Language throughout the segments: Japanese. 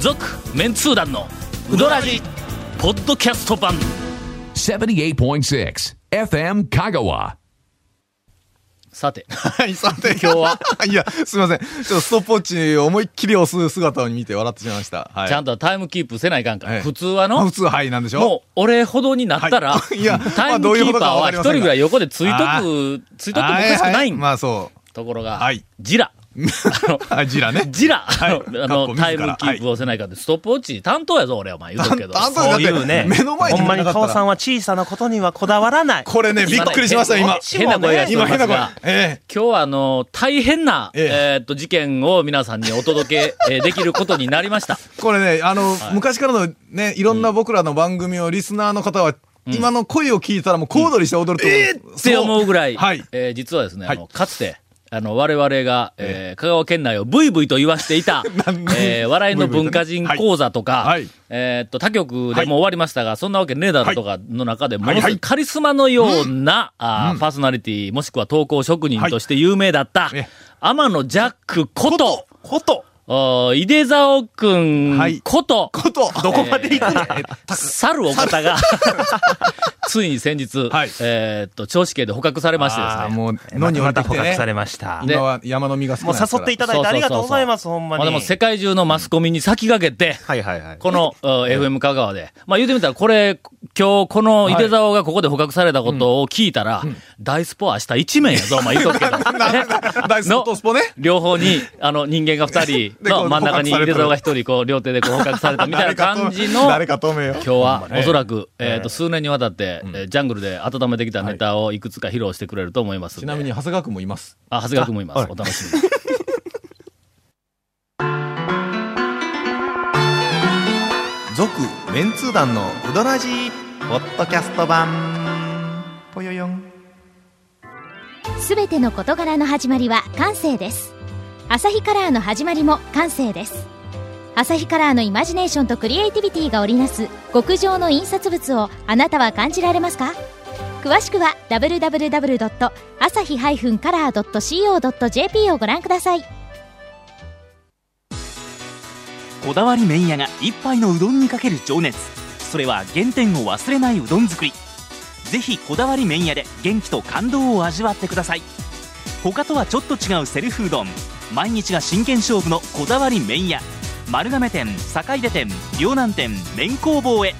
続メンツー団のウドラジポッドキャスト版78.6 FM Kagawa. さて はい、さて。今日 は。いや、すいません。ちょっとストップウォッチを思いっきり押す姿を見て笑ってしまいました。はい。ちゃんとタイムキープせないかんから、はい普通はの普通、はい、なんでしょもう俺ほどになったら、はい いやタイまあどムうキいうこーとパかーはは分かり一人ませんがぐらい横でついとあく、ついとくもおかしくはないいまあそところが、はいジラ。あのう。あ、ジラね。ジラ、 はいあかっこの、自らタイムキープをせないかんで、ストップウォッチ担当やぞ、俺、お前、言うとくけど。担当そういうね、目の前にほんまになか顔ったらさんは小さなことにはこだわらない。これね、びっくりしました、今。変な声がしており今ま変すな声が。。え今日はあの、大変な、えええーっと、事件を皆さんにお届け、えーできることになりました。えこれね、あの、昔からのね、いろんな僕らの番組をリスナーの方は、今の声を聞いたらもう小躍りして踊ると思う。っそうて思うぐらい、はい。えー実はですね、あの、はいかつて、あの、我々が、えー香川県内をブイブイと言わしてい た、えー笑いの文化人講座とか、はいはいえーっと、他局でもう終わりましたが、そんなわけねえだろとかの中でものすごいカリスマのような、あーパーソナリティ、もしくは投稿職人として有名だった、ええ天野ジャックこと、こと、お井出沢くんはいこと、こと。どこまで行くねん。猿お方が、 ついに先日、はいえーっと、銚子刑で捕獲されましてですあねー。もう、野まに降りてたき捕て獲さね。れました。ね今は山の実が少もないうですから。誘っていただいてありがとうございます、ほんままあに。でも世界中のマスコミに先駆けて、はいはいはい。このえー FM 香川で、まあ言うてみたら、これ、今日この井出沢がここで捕獲されたことを聞いたら、大スポは明日一面やぞ、まあ言うとくけど。大スポとスポね。 両方に、あの、人間が二人でこのう真ん中に捕獲されて井る出沢が一人、こう、両手でこう捕獲されたみたいな感じの、誰か止めよ今。日はおそらく、えっと、数年にわたって、えージャングルで温めてきたネタをいくつか披露してくれると思いますんで。ちなみに、長谷川君もいます。あ、長谷川君もいます。お楽しみに。続、メンツー団のうどらじ、ポッドキャスト版、ぽよよん。すべての事柄の始まりは感性ですアサヒカラーの始まりも感性ですアサヒカラーのイマジネーションとクリエイティビティが織りなす極上の印刷物をあなたは感じられますか詳しくは www.asahi-color.co.jp をご覧くださいこだわり麺屋が一杯のうどんにかける情熱それは原点を忘れないうどん作りぜひこだわり麺屋で元気と感動を味わってください他とはちょっと違うセルフうどん毎日が真剣勝負のこだわり麺屋丸亀店坂出店両南店麺工房へ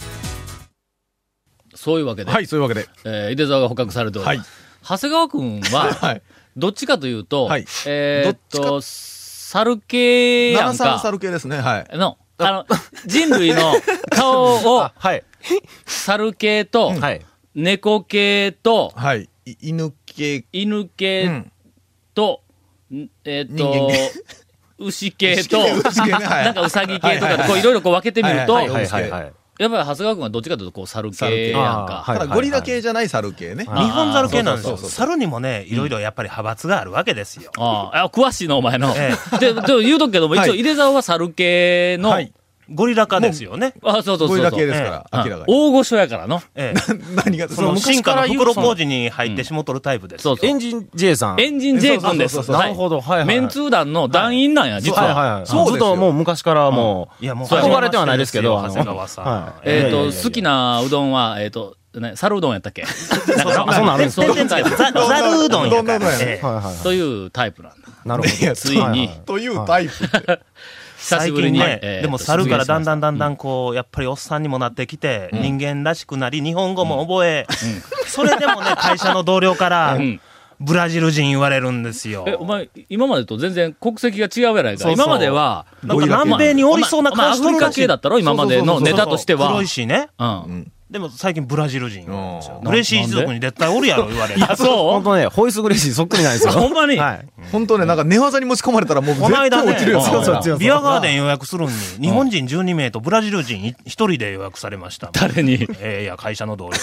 そういうわけで、はい、そういうわけで。えー井出沢が捕獲されております。長谷川君は、はい。どっちかというと、はいえーっどと、猿系や七ん三サか、ル系ですね。はい。の、あの、人類の顔 を、はい。猿系と、はい。猫系と、はい。い犬系。犬う系ん。と、んえーっ人と間、牛系と、牛系ねは いなんかウサギ系とはいかはで、いこういろいろこう分けてみると、はやいっはぱいりはいはいい。長谷川君はどっちかというと、こう、猿猿系系やんあか。ーはいただゴリラ系じゃない猿系ね。日本猿系なんですあーそうそうそよ。うそう猿にもね、いろいろやっぱり派閥があるわけですよ。ああ、あ詳しいの、お前の。えで、でも言うとくけども、はい一応、井出沢は猿系の、はいゴリラ化ですよね。あ、そうそうそうそう。ゴリラ系ですかうんら、明らかに。大御所やからの。ええ。 何が、その進化の言う袋小路に入ってしもとるタイプです。そうそう。エンジン J さん。エンジン J 君です。そうそうそうそうはいなるほどはいはいはいメンツー団の団員なんや、実はいはいは。はい。そうですよずっともう昔からもう、いや、もうそう憧れてはないですけど長谷川さん。あのはいえっと、き好きなうどんは、えっと、ね、猿うどんやったっけそうなんかそうなんあるんです そかう全然違う。ザザルうどんやから。どんなうどんやねええはいはいはというタイプなんだ。い。なるほいやど。ついに、というタイプって。久し最ぶりに。近ね、えーでも猿からだんだんだんだうん。んこう、やっぱりおっさんにもなってきて、人間らしくなり、日本語も覚え、それでもね、会社の同 僚からん、ブラジル人言われるんですよ。え、お前、今までと全然国籍が違うやないか。そうそう今までは、なんか南米におりそうな感じお前アフとるリカらし系いだ。ったろ今までのネタとしてそうそうそうそう黒。はいしね。うん。でも最近ブラジル人言われるんですよ。うんグレシー一族に絶対おるやろ言われる。あ、そ本当ね、ホイスグレイシーそっくりなんですうよ。 ほんまに。はい。本当ね、なんか寝技に持ち込まれたらもうこ絶の対間ね、落ちるよ。そうそうそうビアガーデン予約するのに、日本人12名とブラジル人1人で予約されました。誰に。ええいや、会社の同僚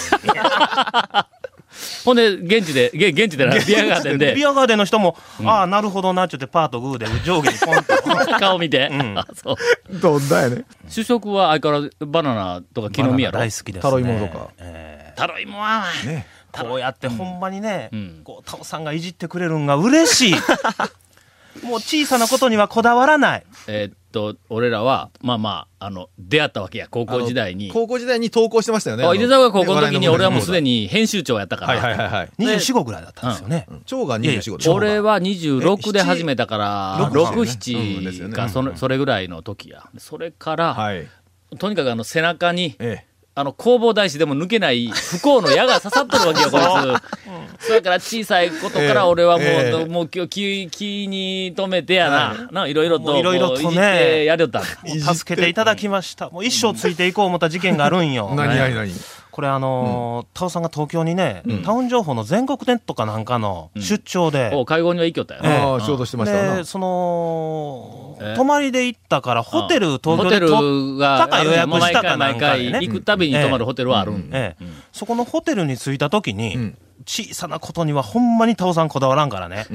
ほんで、現地で、げ現地でな、ビアガーデンに。でビ、アガーデンの人も、ああ、なるほどな、ちょってパーとグーで上下にポンと。顔見て。んあそうどんだよね。主食は相変わらずバナナとか木の実やろバナナ大好きですね。タロイモとかええタロイモは、ね。こうやってほんまにねうん、こう、タオさんがいじってくれるんが嬉しい。もう小さなことにはこだわらない。えーっと、俺らは、まあまあ、あの、出会ったわけや、高校時代に。高校時代に投稿してましたよね。あ、井出沢が高校の時にね俺はもうすで。に編集長やったか笑ら。いの方ではいはいはいはい。 24、5ぐらいだったんですよね。蝶がいやいや24五でしょ俺は26で始めたから、六6、うんです7よねがそのそれぐらいの時や。それから、はい。とにかくあの背中に、ええ。あの工房大師でも抜けない不幸の矢が刺さっとるわけよ、こいつ。それから小さいことから俺はもう、ええもう今日気、気に留めてやな、な、いろいろもと、ういろいろとねこうじってやりよったん。もう助けていただきました。もう一生ついていこう思った事件があるんよ。 何何何これあのー、タオさんが東京にね、タウン情報の全国ネットかなんかの出張で、お会合には行きよったよ。ああ、仕事してましたわなで、。そのえ、泊まりで行ったから、ホテル、東京ホでテとルったが、か予約したかなん毎回毎かで回ね行。くたびに泊まるホテルはあるんで。ええ、そこのホテルに着いた時に、ん小さなことにはほんまにタオさんこだわらんからね。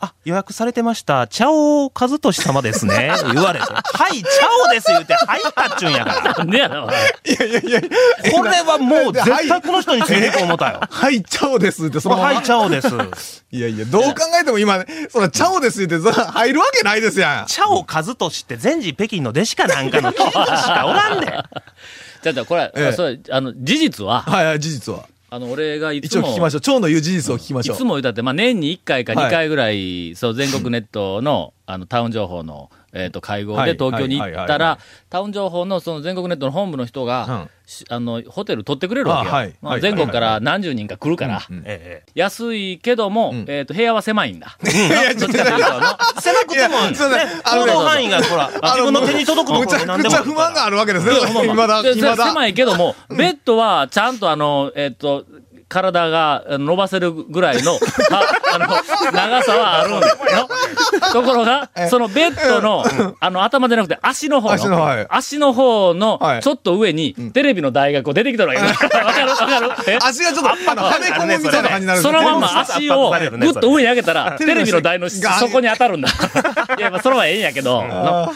あ、予約されてました。チャオ和俊様です ね。言われて。はい、チャオです言うて、はい、タッチュンやから。 なんでやな、おいこれはもう絶対この人についていこう思ったよ。はい、チャオですって、そのままはい、チャオです。いやいや、どう考えても今、ね、そら、チャオですってさ、入るわけないですやチャオ和俊って全治北京の弟子かなんかの貴族しかお らんで。じゃあじゃあこれ、ええそれあの、事実はん。、はいはい、事実は。あの、俺がいつ一応も、聞きましょう。蝶の言う事実を聞きましいょう。つも言うたって、まあ、年に1回かはい2回ぐらい、そう、全国ネット の、あの、タウン情報の、えっ、と、会合はでい東京に行はっいはたいはら、タウン情報の、その全国ネットの本部の人が、うんしあの、ホテル取ってくれるわけよ。あはいまあはい全国から何十人か来るから、ええ安いけども、えっ、と、部屋は狭いん だ。どっちかというとあの狭くても、ねいやそうだ あ行のね動範囲がほら、自分の手に届くところむにちゃ何でくもちゃあ不るから満があるわけですね。今だ、で今だ。狭いけども、ベッドはちゃんとあの、えっ、と、体があの伸ばせるぐらいの、 はあの、長さはあるんよ。ところが、そのベッドの、あの、頭じゃなくて足の方の、足のはい足の方のは、いちょっと上に、テレビの台がこう出てきたのがいい わかるわかるえ足がちょっと、あの、はめ込むみたいな感じになるんですそねのまんま足をぐっと上に上げたら、テテレレビのビの台のがそこに当たるんだ。 いや、まあ、それはええんやけど、な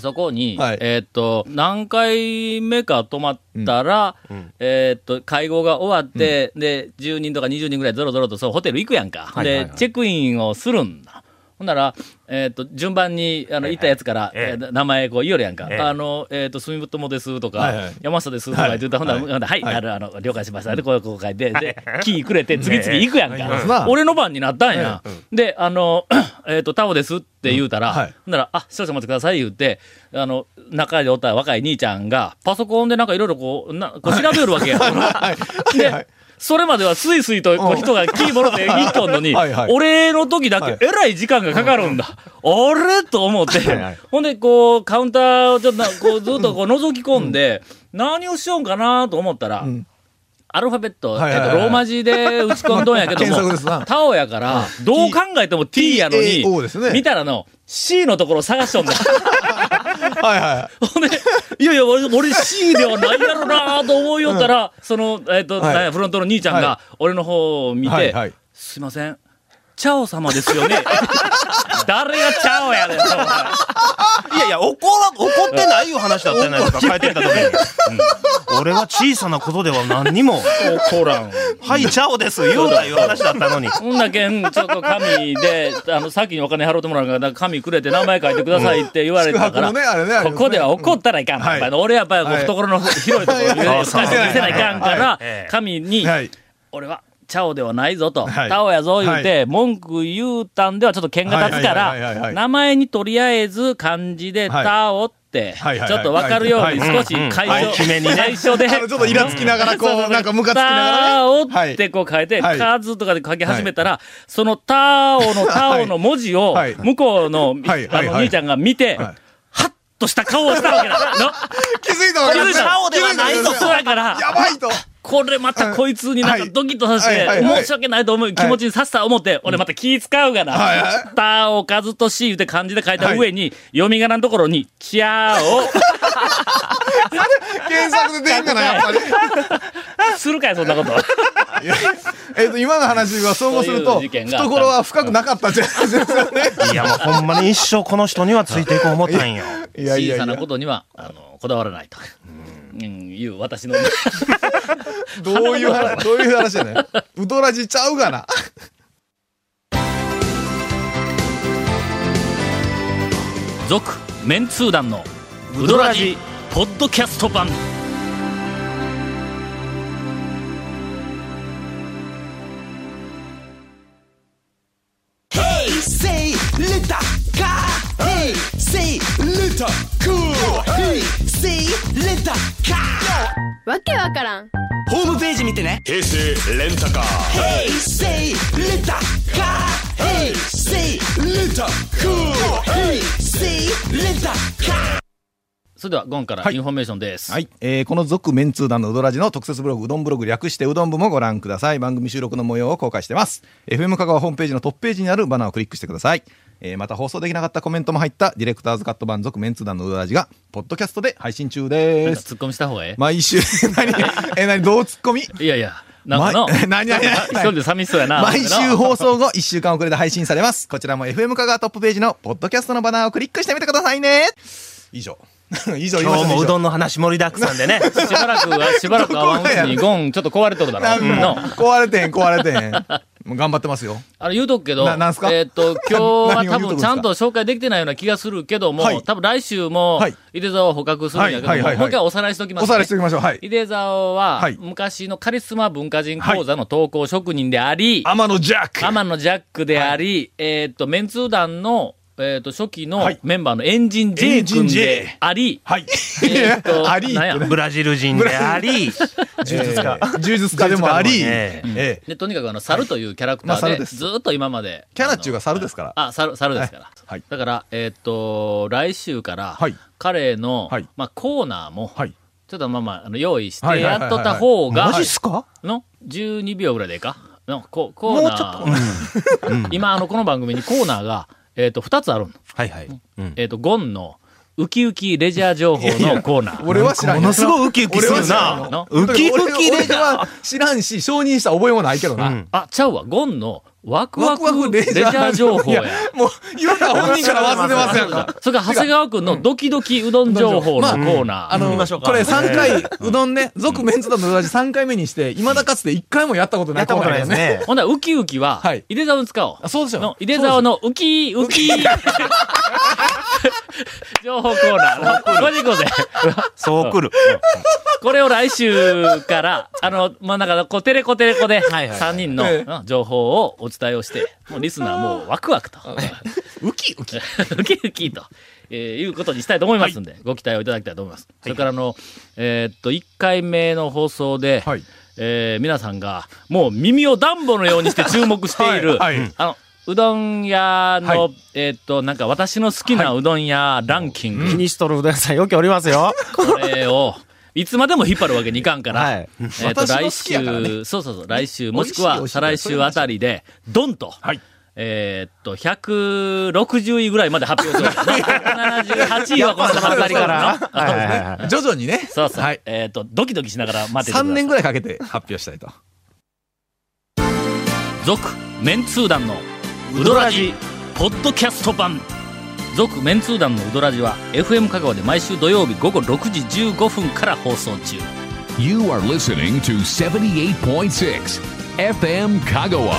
そこに、はいえーっと、何回目か泊まったら、えーっと、会合が終わって、で、10人とか20人ぐらいゾロゾロとそうホテル行くやんか。いはいはいで、チェックインをするんだ。ほんなら、えーっと、順番に、あの、行ったやつから、えええー名前こう言いよるやんか。ええあの、えーっと、住友ですとか、はいはい山下ですとか言ってたら、はいほんなら、はい、あの、あの、了解しました。で、こう、こう書いて、で、キーくれて、次々行くやんか。ますな俺の番になったんや。で、あの、 えっと、タオですって言うたら、うんはいほんなら、あ、少々お待ちください言うて、あの、中でおった若い兄ちゃんが、パソコンでなんかいろいろこう、な、こう調べよるわけ や。 で、それまではスイスイとこう人がキーボロで行っとんのに、 はいはい俺の時だけえらい時間がかかるんだ。あれと思って、ほんで、こう、カウンターをちょっとな、こう、ずっとこう覗き込んで、何をしようかなと思ったら、アルファベット、はいはいはいえっとローマ字で打ち込んどんやけ ど検索ですも、なタオやから、どう考えても T やのに TAO です、ね見たらの、C のところ探しとんだ。はいはほんで、いやいや、俺、俺 C ではないやろなと思いよったら、その、えっ、と、はいなんやフロントの兄ちゃんがは、俺の方を見い。て、はいはい。すいません、チャオ様ですよね。 誰がチャオやねん、お前いやいや、怒ら、怒ってないいう話だったじゃないですか、帰ってきた時に。うん俺は小さなことでは何にも、怒らん。はい、チャオです、言うないう話だったのに。そんだけん、ちょっと紙で、あの、先にお金払うてもらうから、なんか紙くれて名前書いてくださいって言われたか宿ら、泊のねあれねあれここでは怒ったらいかん。はいやっぱり俺はやっぱりこうはい懐の広いところに、 はい出させないかんからはい、紙に、はい。俺は、チャオではないぞと、はいタオやぞ言うて、文句言うたんではちょっと剣が立つかはいはいはいはいはら、い名前にとりあえず漢字ではいタオって、はいはいはいちょっとわかるようには少いしは解い決め消、にね最初で、あの、ちょっとイラつきながら、こう、なんかムカつきながらね。タオってこう書いて、はい数とかで書き始めたら、そのタオのタオの文字をはい、向こうの、はいあはいの、はい兄ちゃんが見て、はいはっとした顔をしたわけ だ。の気づいたわけ気づいですたねチャオではない気ぞづそたわやからけ、やばいと。これまたこいつになんかドキッとさせはいては、いはいはい申し訳ないと思う気持ちにさせた思って、俺また気使うがはいはな。タオカズトシーって漢字で書いた上に、読み仮名のところに、チャ オ、検索で出んかな、やっぱり。するかよ、そんなこと。 えっと、今の話は総合するそうと、いう事件があった懐は深くなかったじゃ ないですよね。いや、もうほんまに一生この人にはついていこう思ったんよ。いやいや小いさなやこ、とには、あの、こだわらないと。うん、いう私の。 どういう話、どういう話やねん。ウドラジちゃうがな。続メンツー団のウドラジポッドキャスト版わけわからんそれではゴンからインフォメーションです、はい。えーこの続メンツー団のうどらじの特設ブログ、うどんブログ略してうどん部もご覧ください。番組収録の模様を公開してます。FM 香川ホームページのトップページにあるバナーをクリックしてください。えーまた放送できなかったコメントも入ったディレクターズカット版続メンツー団のうどらじが、ポッドキャストで配信中なんでか す。ツッコミした方がええ、毎週、何、え、何、どうツッコミいやいやなんかの毎何々なんか一人で寂しそうやな毎週放送後1週間遅れで配信されます。こちらも FM 香川トップページのポッドキャストのバナーをクリックしてみてくださいね。以上。 以上、言いま今した日ねも以う上どんの話盛りだくさんでね。しばらくは、しばらくは、うちにゴン、ちょっと壊れとるだろ。なんのも。壊れてへん、壊れてへん。 もう頑張ってますよ。あれ言うとくけど、ななんすかえーっと、今日は何を多言うとくん分ですかちゃんと紹介できてないような気がするけども、はい多分来週もはい、井出沢を捕獲するんやけども、はいはいはいはいもう一回おさらいしときます、おさらいしておきましょう。はい。井出沢は、はい昔のカリスマ文化人講座の投稿職人であり、天野ジャック。天野ジャックであり、えーっと、メンツー団の、えーっと、初期のはいメンバーのエンジン J エンジン君 J であり、はい。えーっと、ありってなんやね。ブラジル人であり、柔術家。柔術家でもあり。ええええで、とにかくあの、猿というキャラクタまあー猿で、ですずーっと今まで。キャラっちゅうか猿ですからあのあ、猿、猿ですから。はいだから、えーっと、来週からはい、彼のはい、まあ、コーナーも、はいちょっとまあまあ、あの用意してはいはいやはいはいっとった方が、マジっすかの、12秒ぐらいでいいかの、こコーナー、今、あの、この番組にコーナーが、えーっと、2つあるの。はいはい。うんえーっと、ゴンの、ウキウキレジャー情報のコーナー。 俺は知らんよ。ものすごいウキウキするな。のウキウキレ俺は知らんし、承認した覚えもないけどな。あ、ちゃうわ、ゴンの、ワクワワクワククレジレジャャーー情報や。もう、言わな本人から忘れますやんか。それから長谷川くんのドキドキうどん情報のコーナー。あの、これ3回、うどんね、続メンツだと同じ3回目にして、いまだかつて1回もやったことない。やったことないです。ね。ほんなら、ウキウキははい、井出沢に使おう。あそうでしょの井出沢のウキウキ。 情報コーナー。これでいこうぜ。そう来る。これを来週から、あの、まあ、なんか、こうテレコテレコで、3人のええうん情報をお伝えをして、もうリスナーもうワクワクと。ウキウキ。 ウキウキと、えーいうことにしたいと思いますんで、ご期待をいただきたいと思います。それから、あの、えーっと、1回目の放送で、はいえー皆さんが、もう耳をダンボのようにして注目している、はいはいあの、うどん屋の、はえーっと、なんか私の好きなうどん屋ランキング、気にしとるうどん屋さんよくおりま すよ。これを、いつまでも引っ張るわけにいかんから、はいえーと、私の来好きやからね週、そうそうそう、来週、もしく美は味しい再来週あたりで、ドンと、はいえーっと、160位ぐらいまで発表 する。178位はこの辺り からの。はいはいはい。徐々にね。そうそう。はい。えーっと、ドキドキしながら待っててください。 3年ぐらいかけて発表したいと。続メンツー団のウドラジポッドキャスト版続メンツー団のウドラジは FM 香川で毎週土曜日午後6時15分から放送中 You are listening to 78.6 FM Kagawa.